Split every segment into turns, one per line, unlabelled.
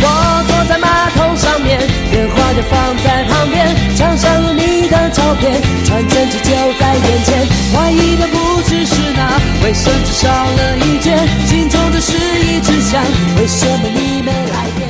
我坐在马桶上面，电话就放在旁边，墙上有你的照片，传真机就在眼前。怀疑的不只是那卫生纸少了一卷，心中的事一直想，为什么你没来电？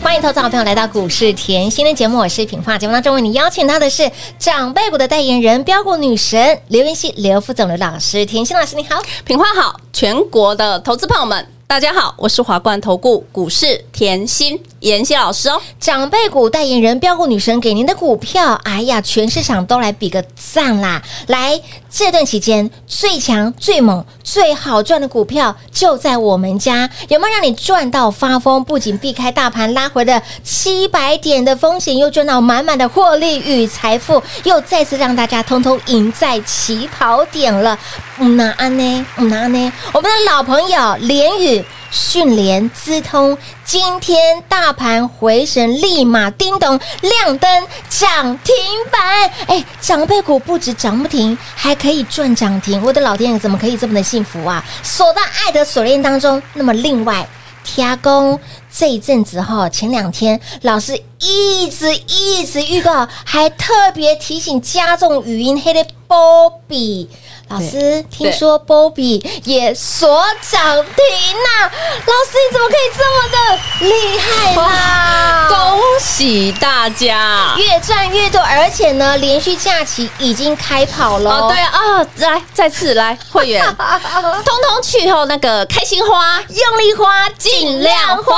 欢迎投资好朋友来到股市甜心的节目，我是品化。节目当中为你邀请到的是长辈股的代言人标股女神刘云熙、刘副总、刘老师。甜心老师你好，
品花好，全国的投资朋友们，大家好，我是华冠投顾股市甜心妍希老师哦。
长辈股代言人标股女神给您的股票，哎呀，全市场都来比个赞啦！来，这段期间最强、最猛、最好赚的股票就在我们家，有没有让你赚到发疯？不仅避开大盘拉回的七百点的风险，又赚到满满的获利与财富，又再次让大家通通赢在起跑点了。嗯呐安呢，嗯呐安呢，我们的老朋友连宇。迅联、资通，今天大盘回神，立马叮咚亮灯涨停板。哎，长辈股不止涨不停，还可以赚涨停。我的老天爷，怎么可以这么的幸福啊？锁到爱的锁链当中。那么，另外，天公这一阵子哈，前两天老师一直一直预告，还特别提醒加重语音黑的波比。老师，听说波比也锁涨停呐、老师，你怎么可以这么的厉害啦？
恭喜大家！
越赚越多，而且呢，连续假期已经开跑了。
哦，对啊，哦来再次来 会员，通通去后那个开心花，
用力花，尽量花，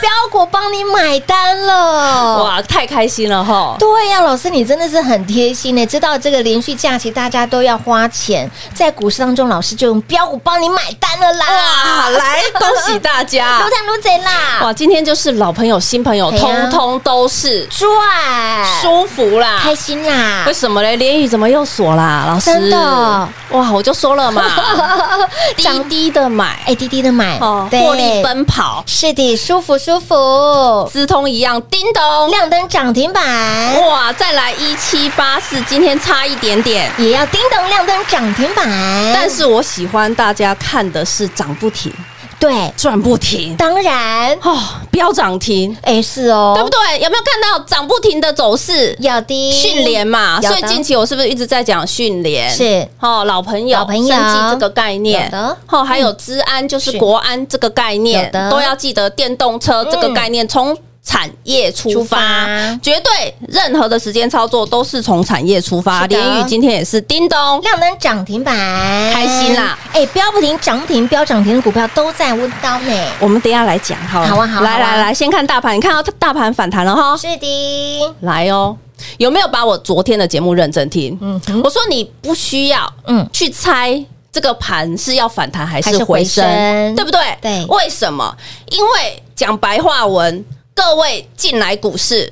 标股帮你买单了。
哇，太开心了哈！
对呀、老师，你真的是很贴心呢。知道这个连续假期大家都要花钱，在股市当中，老师就用标股帮你买单了啦。
哇，来啊恭喜大 家
撸！贪撸贼啦，
哇，今天就是老朋友、新朋友，
对啊哎
通通都是
赚
舒服啦，
开心啦
为。什么嘞？连雨怎么又锁啦？老师，
啊真的
哇，我就说了嘛， 滴滴的买
哎，滴滴的买
哦，获利奔跑，
是的，舒服舒服，
资通一样，叮咚，
亮灯涨停板
哇，再来一七八四，今天差一点点。
也要叮咚亮灯涨停板，
但是我喜欢大家看的是涨不停，
对，
赚不停
当然，
哦，飙涨停，
哎是哦，
对不对？有没有看到涨不停的走势？
要的
训练嘛，
有
所
的
以近期我是不是一直在讲训练？
是
哦，老朋友，
老朋友
生计这个概
有
念
的，
哦，还有治安就是
是
国安这个概念
有，的嗯
都要记得电动车这个概念从。产业出
出
发
发，
绝对任何的时间操作都是从产业出发。
是的
连宇今天也是叮咚，
亮灯涨停板，开
心啦！
哎，标不停涨停，标涨停的股票都在温刀呢。
我们等一下来讲好了。
好啊好啊
来
好啊
来来，先看大盘，你看到大盘反弹了哈，
是的，
来哦，有没有把我昨天的节目认真听？
嗯
嗯
哼，
我说你不需要，
嗯
嗯，去猜这个盘是要反弹还
还是
是
回
回升，
升
对不对？
对
为什么？因为讲白话文，各位进来股市，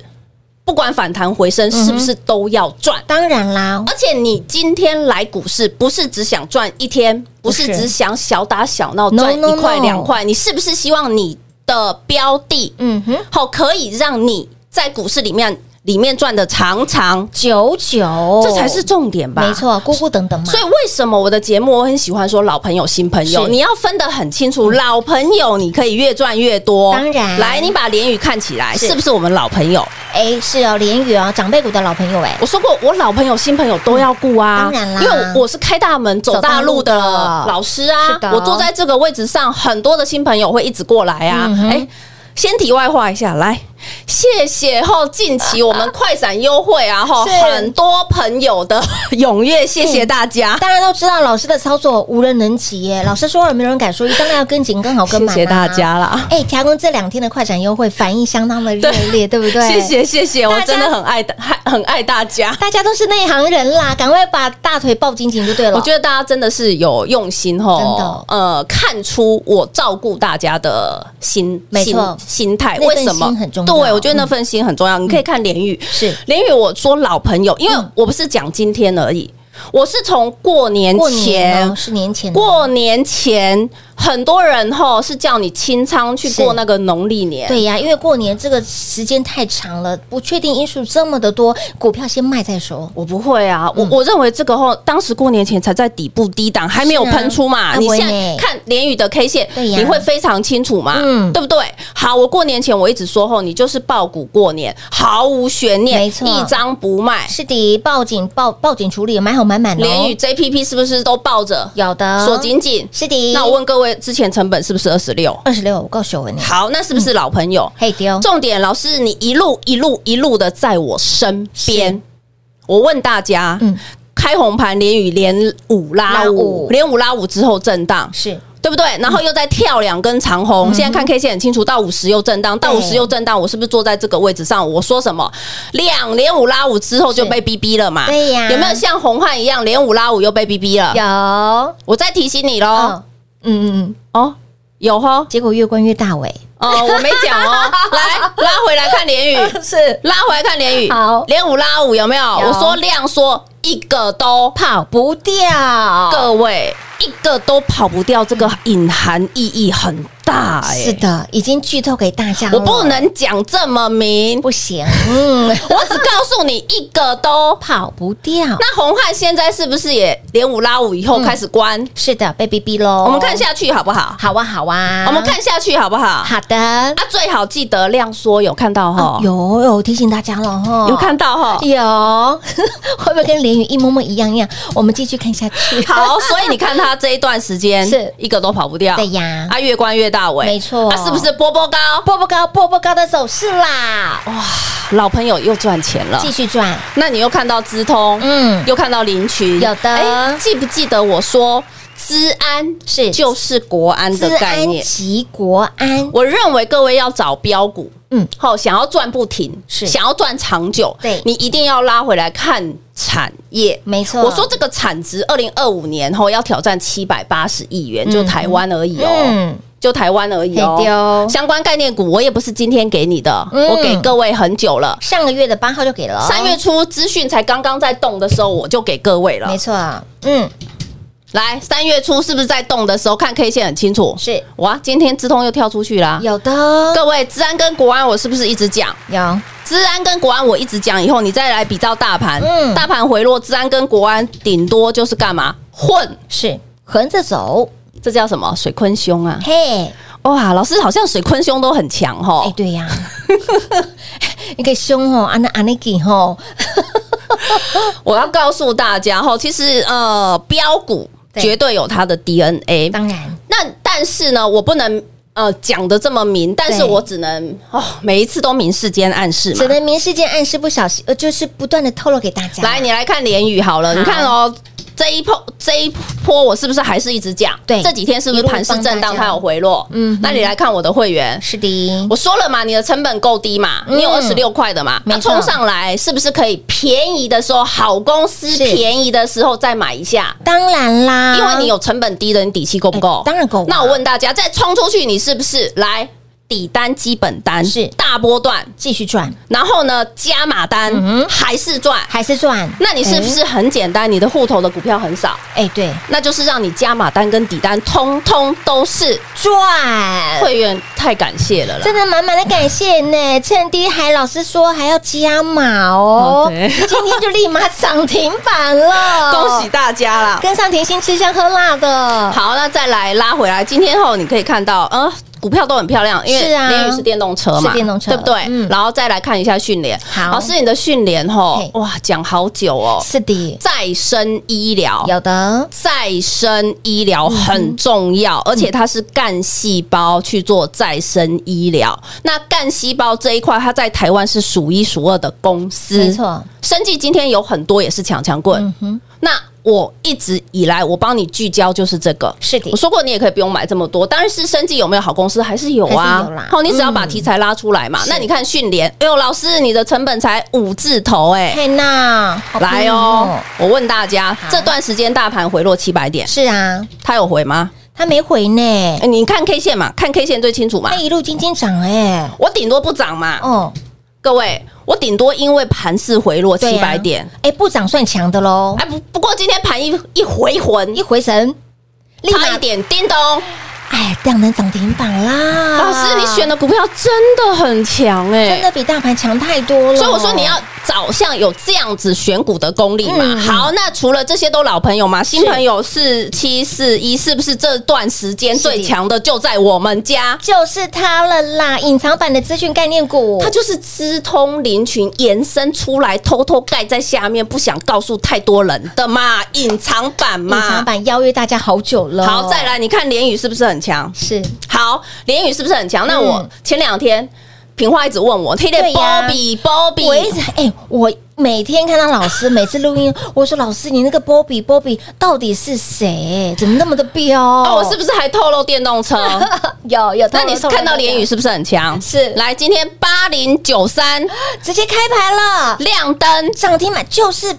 不管反弹回升，是不是都要赚？
当然啦，
而且你今天来股市，不是只想赚一天，不是
不是
只想小打小闹
No,
赚
no,
一块
no
两块，你是不是希望你的标的，
嗯哼，
好，可以让你在股市里面里面赚的长长，
九九，
这才是重点吧？
哦没。错，姑姑等等嘛
所。以为什么我的节目我很喜欢说老朋友、新朋友，
是嗯
你要分得很清楚。老朋友你可以越赚越多，
当然
来，你把连宇看起来
是
是不是我们老朋友？
哎，是哦，连宇哦，长辈股的老朋友哎，
我说过，我老朋友、新朋友都要顾
嗯
啊，
当然啦
因为我是开大门走大路的
走大路的
老师啊
是的，
我坐在这个位置上，很多的新朋友会一直过来啊
嗯。哼
哎、先题外话一下，来，谢谢后近期我们快闪优惠啊，哈，
啊是哎
很多朋友的 踊跃，谢谢大家。
大家都知道老师的操作无人能及耶，老师说了没人敢说一，当然要跟紧、跟好、跟
谢
满、
谢大。家啦，
哎，条工这两天的快闪优惠反应相当的热 烈，对不对？
谢。谢谢谢，我
大家
真的很爱大，很很爱大家。
大家都是内行人啦，赶快把大腿抱紧紧就对了。
我觉得大家真的是有用心吼，
真
呃，看出我照顾大家的心
没错
心心态，
那份
为什么
心很重要嗯
各位，我觉得那份心很重要。你可以看联宇，
是嗯
联宇，我说老朋友，因为我不是讲今天而已，我是从过年
过年
前
哦，。是年前哦
过年前，很多人吼是叫你清仓去
是
过那个农历年，
对呀，因为过年这个时间太长了，不确定因素这么的多，股票先卖再说。
我不会啊，
嗯
我我认为这个后，当时过年前才在底部低档，还没有喷出嘛。
啊
你现
那我也
在看联宇的 K 线，
对呀
你会非常清楚嘛，
嗯
对不对？好，我过年前我一直说后，你就是爆股过年，毫无悬念，
没错
一张不卖。
是的，报警报报警处理，买好满满哦。啊
联宇 JPP 是不是都抱着
有的，
锁紧紧？
是的。
那我问各位，之前成本是不是二十六？
二十六，我告诉文你，
好，那是不是老朋友？
嘿丢，
重点，老师，你一路一路一路的在我身边。我问大家，
嗯
开红盘连雨连五拉
拉
五
五，
连五拉五之后震荡，
是
对不对？然后又再跳两根长红，现在看 K 线很清楚，到五十又震荡，
嗯
到
对
五十又震荡，我是不是坐在这个位置上？我说什么？两连五拉五之后就是被逼逼了嘛？
对呀
啊有没有像红汉一样连五拉五又被逼逼了
有？哦，
我再提醒你
嗯
喽，
嗯嗯，
哦，有哈，
结果越关越大尾，
哦，我没讲哦，来拉回来看连雨。
是
拉回来看连宇，
好
连五拉五有没有？
有
我说量缩一个都，
跑不掉。
各位一个都跑不掉，这个隐含意义很大哎、
是，的，已经剧透给大家了，
我不能讲这么明，
不行，嗯，
我只告诉你一个都。
跑不掉。
那红汉现在是不是也连五拉五以后开始关？
是的，被逼逼喽。
我们看，下去好不好？
好啊，好啊，
我们看下去好不好？啊，
好的。
最好记得量缩，有看到哈、
哦有有提醒大家了哈，
有看到哈？
有，会不会跟连雨一模模一样一样？我们继续看下去。
好，所以你看它这一段时间
是
一个都跑不掉，
对呀
啊，越关越大尾，
没错
啊，是不是波波高？
波波高，波波高的走势啦，
老朋友又赚钱了
继，续赚，
那你又看到资通，
嗯，
又看到林群，
有的
哎记不记得我说资安
是
就是国安
资
的概
安
念？
及国安，
我认为各位要找标股，
嗯，
好，想要赚不停，
是
想要赚长久，
对
你一定要拉回来看产业。
没错，
我说这个产值，二零二五年后要挑战七百八十亿元，就台湾而已哦。
嗯，
就台湾而已
嘿对哦
哦。相关概念股我也不是今天给你的，
嗯
我给各位很久了。
上个月的八号就给了哦，
三月初资讯才刚刚在动的时候，我就给各位了
没。错，嗯，
来，三月初是不是在动的时候看 K 线很清楚？
是
哇，今天资通又跳出去啦。
有的哦，
各位，治安跟国安，我是不是一直讲？
有
治安跟国安，我一直讲，以后你再来比照大盘，
嗯
大盘回落，治安跟国安顶多就是干嘛混，
是横着走，
这叫什么？水坤兄啊！
嘿，
哇，老师好像水坤兄都很强吼。
哎，对呀， 你给凶哦，安那安那给吼，
我要告诉大家哈，其实呃，标股
对
绝对有它的 DNA。
当然
那但是呢，我不能呃讲的这么明，但是
对
我只能哦，每一次都明示间暗示
只
嘛。
能明示间暗示，不小心呃，就是不断的透露给大家，
来，你来看联宇好了，
好
你看哦。这一波，这一波，我是不是还是一直讲？
对
这几天是不是盘势震
一路帮
荡，
大家
它有回落？
嗯
嗯
哼，
那你来看我的会员，
是的，
我说了嘛，你的成本够低嘛，
嗯
你有二十六块的嘛，那
没错
冲上来是不是可以便宜的时候，好公司
是啊
便宜的时候再买一下？
当然啦，
因为你有成本低的，你底气够不够
哎？当然够啊
那我问大家，再冲出去，你是不是来底单、基本单
是
大波段，
继续赚
然后呢加码单、
嗯哼
还是赚？
还是赚，
那你是不是很简单？你的户头的股票很少，
哎？哎，对，
那就是让你加码单跟底单通通都是。
赚。
会员太感谢了啦
真！的满满的感谢呢！趁低还老师说还要加码哦，
哦对
今天就立马涨停板了，
恭喜！大家啦！
跟上甜心吃香喝辣的，
好，那再来拉回来，今天后你可以看到，呃，股票都很漂亮，因为
是啊
联宇是电动车嘛，
是电动车
对不对？
嗯
然后再来看一下训联，
好
老师你的训联吼
嘿，
哇，讲好久哦，
是的，
再生医疗。
有的
再生医疗很重
嗯
要，而且它是干细胞去做再生医疗。那干细胞这一块，它在台湾是数一数二的公司。
没错，嗯
生技今天有很多也是强强棍。那我一直以来，我帮你聚焦就是这个。
是的
我说过你也可以不用买这么多，当然是生技有没有好公司还是有
还
啊
是有啦。嗯
好，你只要把题材拉出来嘛。那你看迅联，哎呦，老师你的成本才五字头哎、
佩娜，好
来
棒
哦，我问大家，这段时间大盘回落七百点，
是啊，
它有回吗？
它没回呢
哎，，你看 K 线嘛，看 K 线最清楚嘛
它。一路金金涨哎，
我顶多不涨嘛，
哦，
各位，我顶多因为盘势回落
对
七
啊
百点。，
哎，不涨算强的喽，
哎，不不过今天盘一一回魂
一，回神，立马
差一点，叮咚，
哎，量能涨停板啦！
老师，你选的股票真的很强哎
啊真的。比大盘强太多了，
所以我说你要找像有这样子选股的功力嘛。
嗯
好，那除了这些都老朋友嘛，新朋友四七四一是不是这段时间
是
最强的就在我们家？
就是它了啦，隐藏版的资讯概念股，
它就是资通林群延伸出来，偷偷盖在下面，不想告诉太多人的嘛，隐藏版
隐藏
嘛。
版邀约大家好久了。
好，再来，你看联宇是不是很强？
是
好，联宇是不是很强？那
嗯
我前两天平花一直问我，天天
对呀
Bobby Bobby，
我一直哎、我每天看到老师，每次录音，我说老师，你那个波比波比到底是谁？怎么那么的彪？
哦，我是不是还透露电动车？
有有？
那你是看到联宇
宇
是不是很强？
是
来今天八零九三
直接开牌了，
亮灯
涨停板就是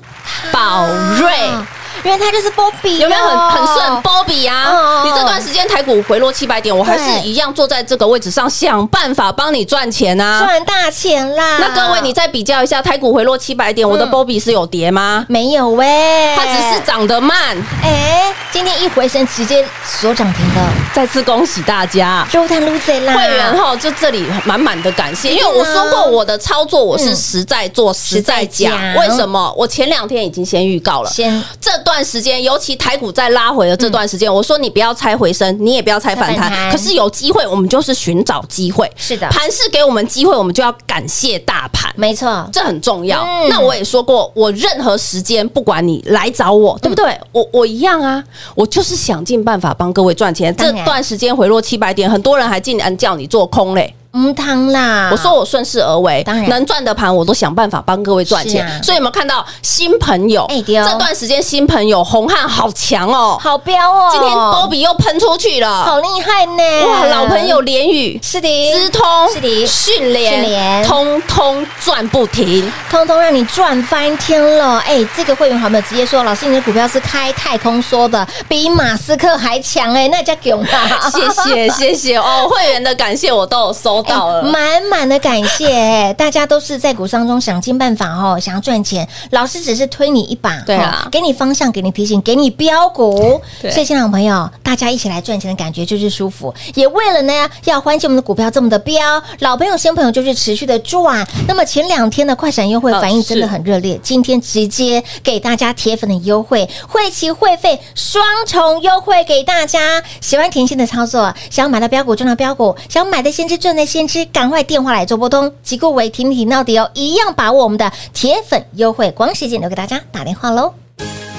宝瑞。
啊原来他就是波比、哦
有没有很很顺？Bobby
嗯
啊？
嗯
你这段时间台股回落七百点，我还是
对
一样坐在这个位置上，想办法帮你赚钱啊。
赚大钱啦！
那各位，你再比较一下，台股回落七百点，我
嗯
的 Bobby 是有跌吗？
没有喂、
它只是涨得慢。
哎、今天一回升直接锁涨停的，
再次恭喜大家，
周探 loser 啦！
会员后就这里满满的感谢，因为我说过我的操作我是实在做实在
啊嗯实在
讲，
讲
为什么？我前两天已经先预告了。
先
这段时间，尤其台股在拉回的这段时间，我说你不要猜回升，你也不要猜反
猜反弹
弹。可是有机会，我们就是寻找机会。
是的
盘市给我们机会，我们就要感谢大盘。
没错，
这很重要。
嗯
那我也说过，我任何时间，不管你来找我，对不
嗯
对？我我一样啊，我就是想尽办法帮各位赚钱。
当
这
然
段时间回落七百点，很多人还竟然叫你做空嘞。
嗯汤啦！
我说我顺势而为
当然，
能赚的盘我都想办法帮各位赚钱
是啊。
所以有没有看到新朋友？
哎对哦
这段时间新朋友红汉好强哦，
好彪哦，
今天 Bobby 又喷出去了。
好厉害呢！
哇，老朋友连宇。
是的，
资通
是的
训
讯联
练，通通赚不 停。
通通让你赚翻天了！哎、这个会员好朋友直接说，老师你的股票是开太空说的，比马斯克还强哎、那叫囧啊！
谢谢谢谢哦，会员的感谢我都有收到
哎
了。
满满的感谢、哎大家都是在股商中想尽办法哦，想要赚钱。老师只是推你一把，
对啊
哦给你方向，给你提醒，给你标股。
对
所以，现场朋友，大家一起来赚钱的感觉就是舒服。也为了呢，要欢庆我们的股票这么的标，老朋友、新朋友就是持续的赚。那么前两天的快闪优惠
哦
反应真的
是
很热烈，今天直接给大家铁粉的优惠，会期会费双重优惠给大家。喜欢甜心的操作，想买到标股赚到标股，想买的先知赚的先知，赶快电话来做拨通，即顾为停停到底哦，一样把握我们的铁粉优惠，光时间留给大家打电话喽。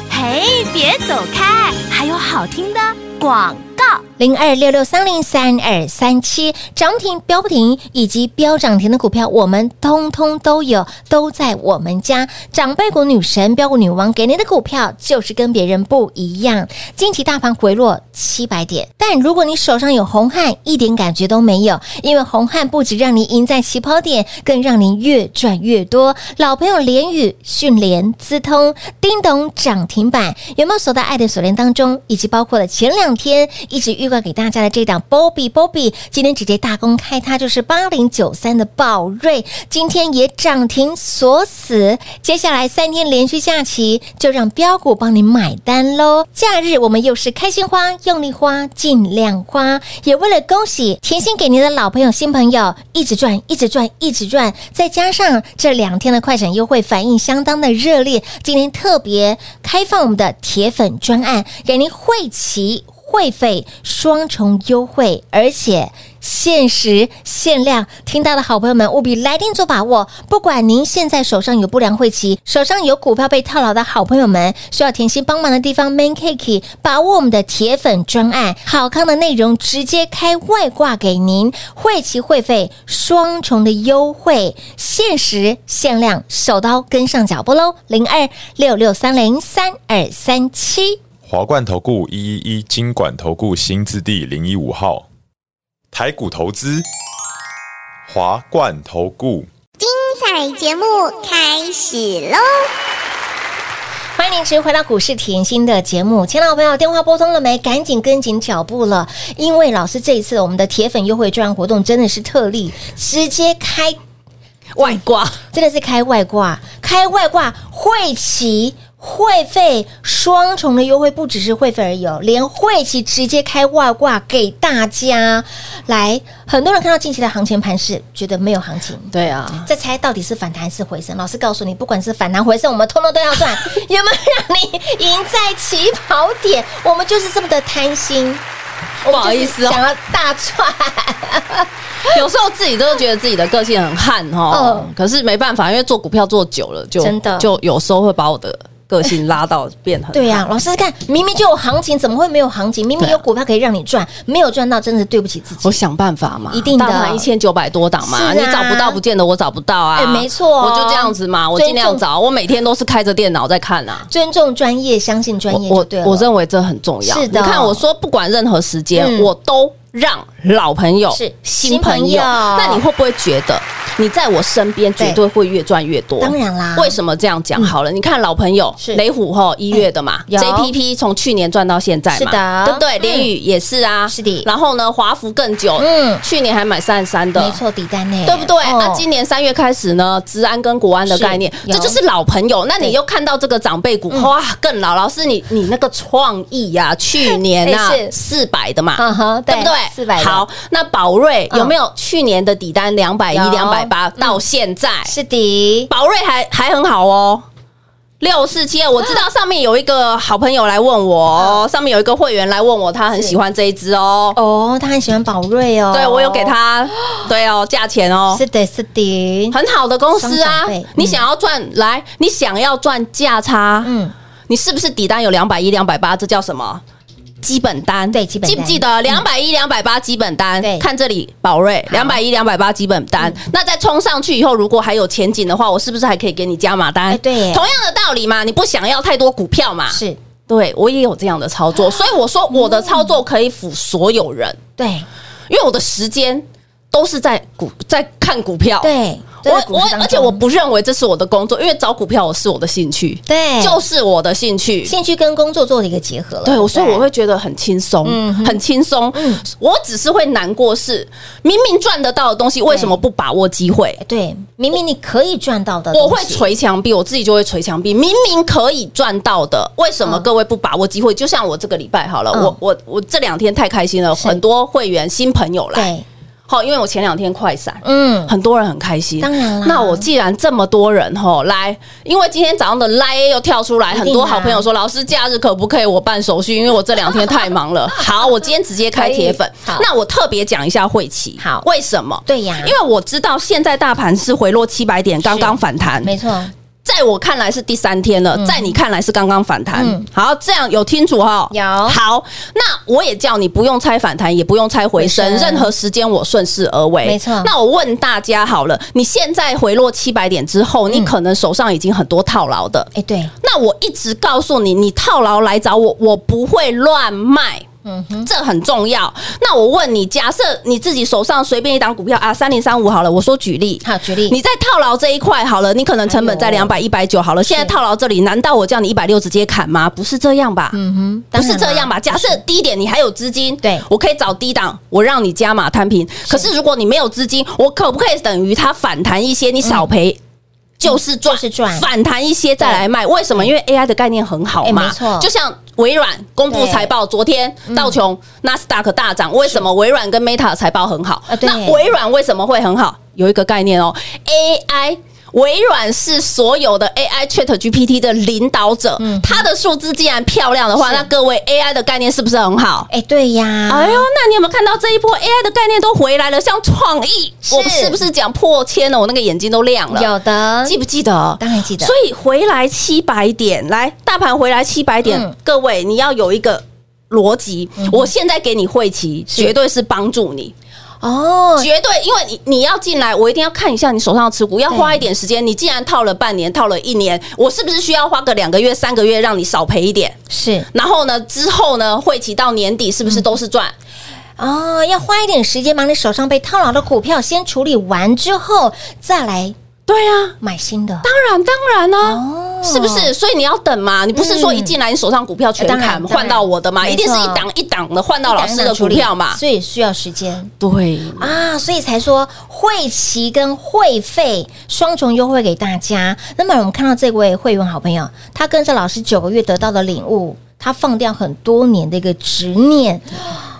嘿，别走开，还有好听的广告。
零二六六三零三二三七涨停、标不停以及标涨停的股票，我们通通都有，都在我们家。长辈股女神、标股女王给您的股票就是跟别人不一样。近期大盘回落七百点，但如果你手上有红汉，一点感觉都没有，因为红汉不止让你赢在起跑点，更让您越赚越多。老朋友联宇、迅联、资通、叮咚涨停板，有没有锁在爱的锁链当中？以及包括了前两天一直预告给大家的这档 Bobby Bobby，今天直接大公开，它就是八零九三的宝瑞，今天也涨停锁死。接下来三天连续假期，就让标股帮你买单喽。假日我们又是开心花、用力花、尽量花，也为了恭喜甜心给您的老朋友、新朋友，一直赚、一直赚、一直赚，再加上这两天的快闪优惠反应相当的热烈，今天特别开放我们的铁粉专案，给您汇齐。会费双重优惠，而且限时限量。听到的好朋友们务必来电做把握。不管您现在手上有不良会期，手上有股票被套牢的好朋友们，需要甜心帮忙的地方，Man Cake 把握我们的铁粉专案，好康的内容直接开外挂给您，会期会费双重的优惠，限时限量，手刀跟上脚步喽！零二六六三零三二三七。
华冠投顾一一一金管投顾新字第零一五号，台股投资，华冠投顾。
彩节目开始喽！
欢迎欢迎持续回到股市甜心的节目，亲爱的朋友，电话拨通了没？赶紧跟紧脚步了，因为老师这一次我们的铁粉优惠券活动真的是特例，直接开
外挂，
真的是开外挂，开外挂会期。会费双重的优惠不只是会费而已哦，连会期直接开外挂给大家。来，很多人看到近期的行情盘势，觉得没有行情，
对啊，
在猜到底是反弹还是回升。老师告诉你，不管是反弹回升，我们通通都要 赚。有没有让你赢在起跑点？我们就是这么的贪心，我们
不好意思哦
就是想要大赚。
有时候自己都觉得自己的个性很悍哦，
嗯
可是没办法，因为做股票做久了，就
真的
就有时候会把我的个性拉到变很
对呀、老师看，明明就有行情，怎么会没有行情？明明有
对啊
股票可以让你赚，没有赚到，真的是对不起自己
我。想办法嘛，
一定的
大盘一千九百多档嘛，
是啊
你找不到，不见得我找不到啊，
哎没错哦
我就这样子嘛，我尽量找，我每天都是开着电脑在看啊。
尊重专业，相信专
我
业就
我
对了。
我认为这很重要。
是的
你看我说不管任何时间，
嗯
我都让老朋友
是
新朋友。
新朋友
那你会不会觉得你在我身边
对
绝对会越赚越多？
当然啦嗯
为什么这样讲？好了，你看老朋友
是嗯
雷虎吼一月的嘛
有
，JPP 从去年赚到现在嘛，
是的
对不对？
嗯
联宇也是啊，
是的
然后呢，华孚更久，
嗯
去年还买三十三的，
没错，底单呢，
对不对？
哦
那今年三月开始呢，治安跟国安的概念，
是有嗯
这就是老朋友。那
对
你又看到这个长辈股，哇，更老。老师，你你那个创 意呀，去年啊
哎是
四百的嘛，
嗯哼，
对不对？
四百
好，那宝瑞
嗯
有没有去年的底单两百一、
有嗯
两百八到现在？
是的，
宝瑞还还很好哦。六四七二，我知道上面有一个好朋友来问我哦，上面有一个会员来问我，他很
嗯是
喜欢这一只哦。
哦，他很喜欢宝瑞哦，
对，我有给，他，对哦，价钱哦，
是的，是的，
很好的公司
双
啊
长辈嗯，
你想要赚来，你想要赚价差，
嗯，
你是不是底单有两百一、两百八？这叫什么？基本单
对基本单嗯
记不记得两百一、两百八基本单？
对
看这里，宝瑞
好嗯
两百一、两百八基本单。那再冲上去以后，如果还有前景的话，我是不是还可以给你加码单
哎？对耶
同样的道理嘛，你不想要太多股票嘛？
是
对我也有这样的 操作，所以我说我的操作可以辅所有人，
对
因为我的时间都是在股在看股票。
对，
我
都在股
我
市当中
而且我不认为这是我的工作，因为找股票我是我的兴趣，
对，
就是我的兴趣。
哎兴趣跟工作做了一个结合了，
对，
不
我所以我会觉得很轻松，
嗯哼嗯
很轻松。我只是会难过是，明明赚得到的东西，为什么不把握机会？
对，明明你可以赚到的，
我会，捶墙壁，我自己就会捶墙壁。明明可以赚到的，为什么
嗯
各位不把握机会？就像我这个礼拜好了，
嗯
我我我这两天太开心了，
是
很多会员新朋友来，
对，
好，因为我前两天快闪，
嗯，
很多人很开心，
当然啦
那我既然这么多人吼来，因为今天早上的 Line 又跳出来，
定啊
很多好朋友说老师假日可不可以我办手续？因为我这两天太忙 了。好，我今天直接开铁粉
可以好。
那我特别讲一下会期，
好
为什么？
对呀
因为我知道现在大盘是回落七百点，刚刚反弹，
没错，
在我看来是第三天了，在你看来是刚刚反弹。
嗯
好，这样有清楚哈？
有
好，那我也叫你不用猜反弹，也不用猜回升，
回升
任何时间我顺势而为。
没错
那我问大家好了，你现在回落七百点之
嗯
后，你可能手上已经很多套牢的。
哎，对，
那我一直告诉你，你套牢来找我，我不会乱卖。
嗯哼，
这很重要。那我问你，假设你自己手上随便一档股票啊，三零三五好了，我说举例，
好，举例，
你在套牢这一块好了，你可能成本在
哎呦
两百、一百九好了，现在套牢这里，难道我叫你一百六直接砍吗？不是这样吧？
嗯哼，
不
当
是
然
这
啦
样吧？假设低点你还有资金，
对
我可以找低档，我让你加码摊平。可是如果你没有资金，我可不可以等于它反弹一些，你少赔？就是赚，
嗯就是赚
反弹一些再来卖，为什么？因为 AI 的概念很好
哎
嘛，
没错
就像微软公布
对嗯
财报，昨天道琼、纳斯达克大涨，为什么微软跟 Meta 财报很好
啊？对
那微软为什么会很好？有一个概念哦，AI。微软是所有的 AI Chat GPT 的领导者，它的数字既然漂亮的话，
嗯是
那各位 AI 的概念是不是很好？
哎，对呀，
哎呦，那你有没有看到这一波 AI 的概念都回来了？像创意，
是
我是不是讲破千了？我那个眼睛都亮了。
有的，
记不记得？
当然记得
所以回来七百点，来大盘回来七百点，
嗯
各位你要有一个逻辑。我现在给你汇齐，绝对是帮助你，
哦，
绝对，因为你你要进来，我一定要看一下你手上的持股，要
对
花一点时间。你既然套了半年，套了一年，我是不是需要花个两个月、三个月让你少赔一点？
是
然后呢，之后呢，汇齐到年底是不是都是赚？
哦，要花一点时间把你手上被套牢的股票先处理完之后，再来
对啊，
买新的
当然当然啊。
哦
是不是？所以你要等嘛？你不是说
嗯
一进来你手上股票全
当然
砍
当然
换到我的嘛？
没
一定是
错
一档一档的换
一
到
档
老
一
师
档
的
处
股
理
票嘛？
所以需要时间。
对，
啊，所以才说会期跟会费双重优惠给大家。那么我们看到这位会员好朋友，他跟着老师九个月得到的领悟，他放掉很多年的一个执念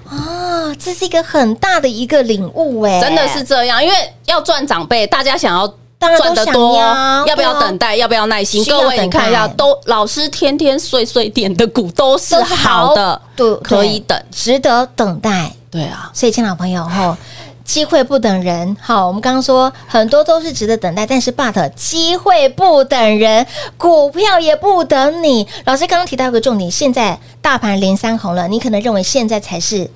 啊，这是一个很大的一个领悟哎、
真的是这样，因为要赚长辈，大家想要。
当然都
赚得
想
多
要，
要不要
对啊
等待？要不要耐心？
需要
各位，你
等待
看一下，都老师天天碎碎点的股都是好的，
都是好对
可以等。
值得等待。
对啊，
所以，亲老朋友吼，机会不等人。好，我们刚刚说很多都是值得等待，但是 but 机会不等人，股票也不等你。老师刚刚提到一个重点，现在大盘连三红了，你可能认为现在才是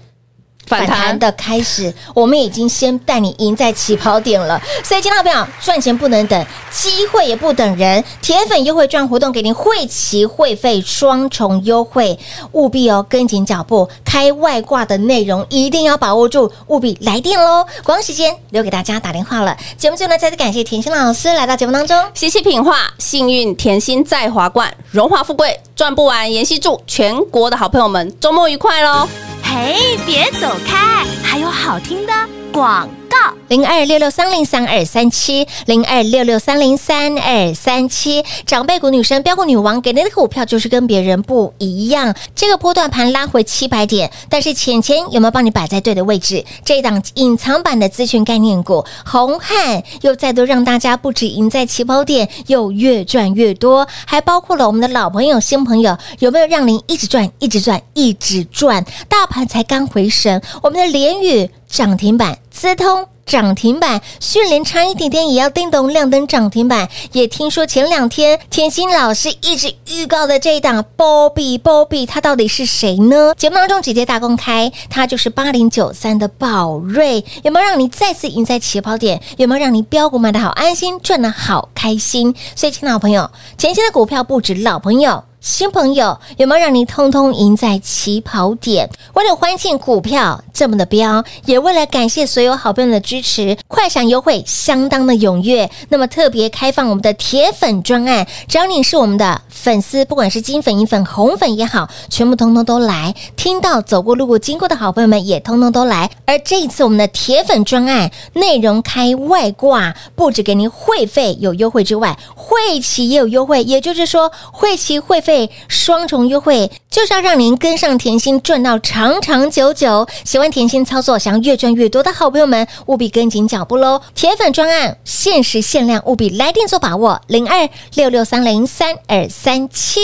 反弹
的开始，我们已经先带你赢在起跑点了。所以，亲爱的朋友，赚钱不能等，机会也不等人。铁粉优惠券活动给您会期会费双重优惠，务必哦跟紧脚步，开外挂的内容一定要把握住，务必来电喽！广告时间留给大家打电话了。节目最后呢，再次感谢甜心老师来到节目当中。
西西品画，幸运甜心在华冠，荣华富贵赚不完。妍希祝全国的好朋友们周末愉快喽！
嘿，别走开，还有好听的广告。
零二六六三零三二三七，零二六六三零三二三七。长辈股女神标股女王给您的股票就是跟别人不一样。这个波段盘拉回七百点，但是钱钱有没有帮你摆在对的位置？这一档隐藏版的资讯概念股红汉又再度让大家不止赢在起跑点，又越赚越多，还包括了我们的老朋友、新朋友，有没有让您一直赚、一直赚、一直赚？大盘才刚回升，我们的联宇涨停板，资通。涨停板，迅联差一点点也要叮咚亮灯涨停板。也听说前两天甜心老师一直预告的这一档 Bobby Bobby，他到底是谁呢？节目当中直接大公开，他就是八零九三的宝瑞，有没有让你再次赢在起跑点？有没有让你标股买的好安心，赚的好开心？所以，亲爱的朋友，前期的股票不止老朋友。新朋友有没有让你通通赢在起跑点？为了欢庆股票这么的飙，也为了感谢所有好朋友的支持，快闪优惠相当的踊跃。那么特别开放我们的铁粉专案，只要你是我们的粉丝，不管是金粉、银粉、红粉也好，全部通通都来。听到走过路过经过的好朋友们也通通都来。而这一次我们的铁粉专案内容开外挂，不止给您会费有优惠之外，会期也有优惠，也就是说会期会费双重优惠，就是要让您跟上甜心赚到长长久久。喜欢甜心操作，想要越赚越多的好朋友们，务必跟紧脚步喽！铁粉专案限时限量，务必来电做把握，零二六六三零三二三七。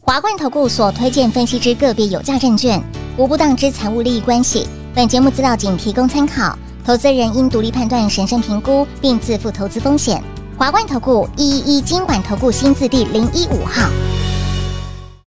华冠投顾所推荐分析之个别有价证券，无不当之财务利益关系。本节目资料仅提供参考，投资人应独立判断、审慎评估，并自负投资风险。华冠投顾一一一金管投顾新字第零一五号。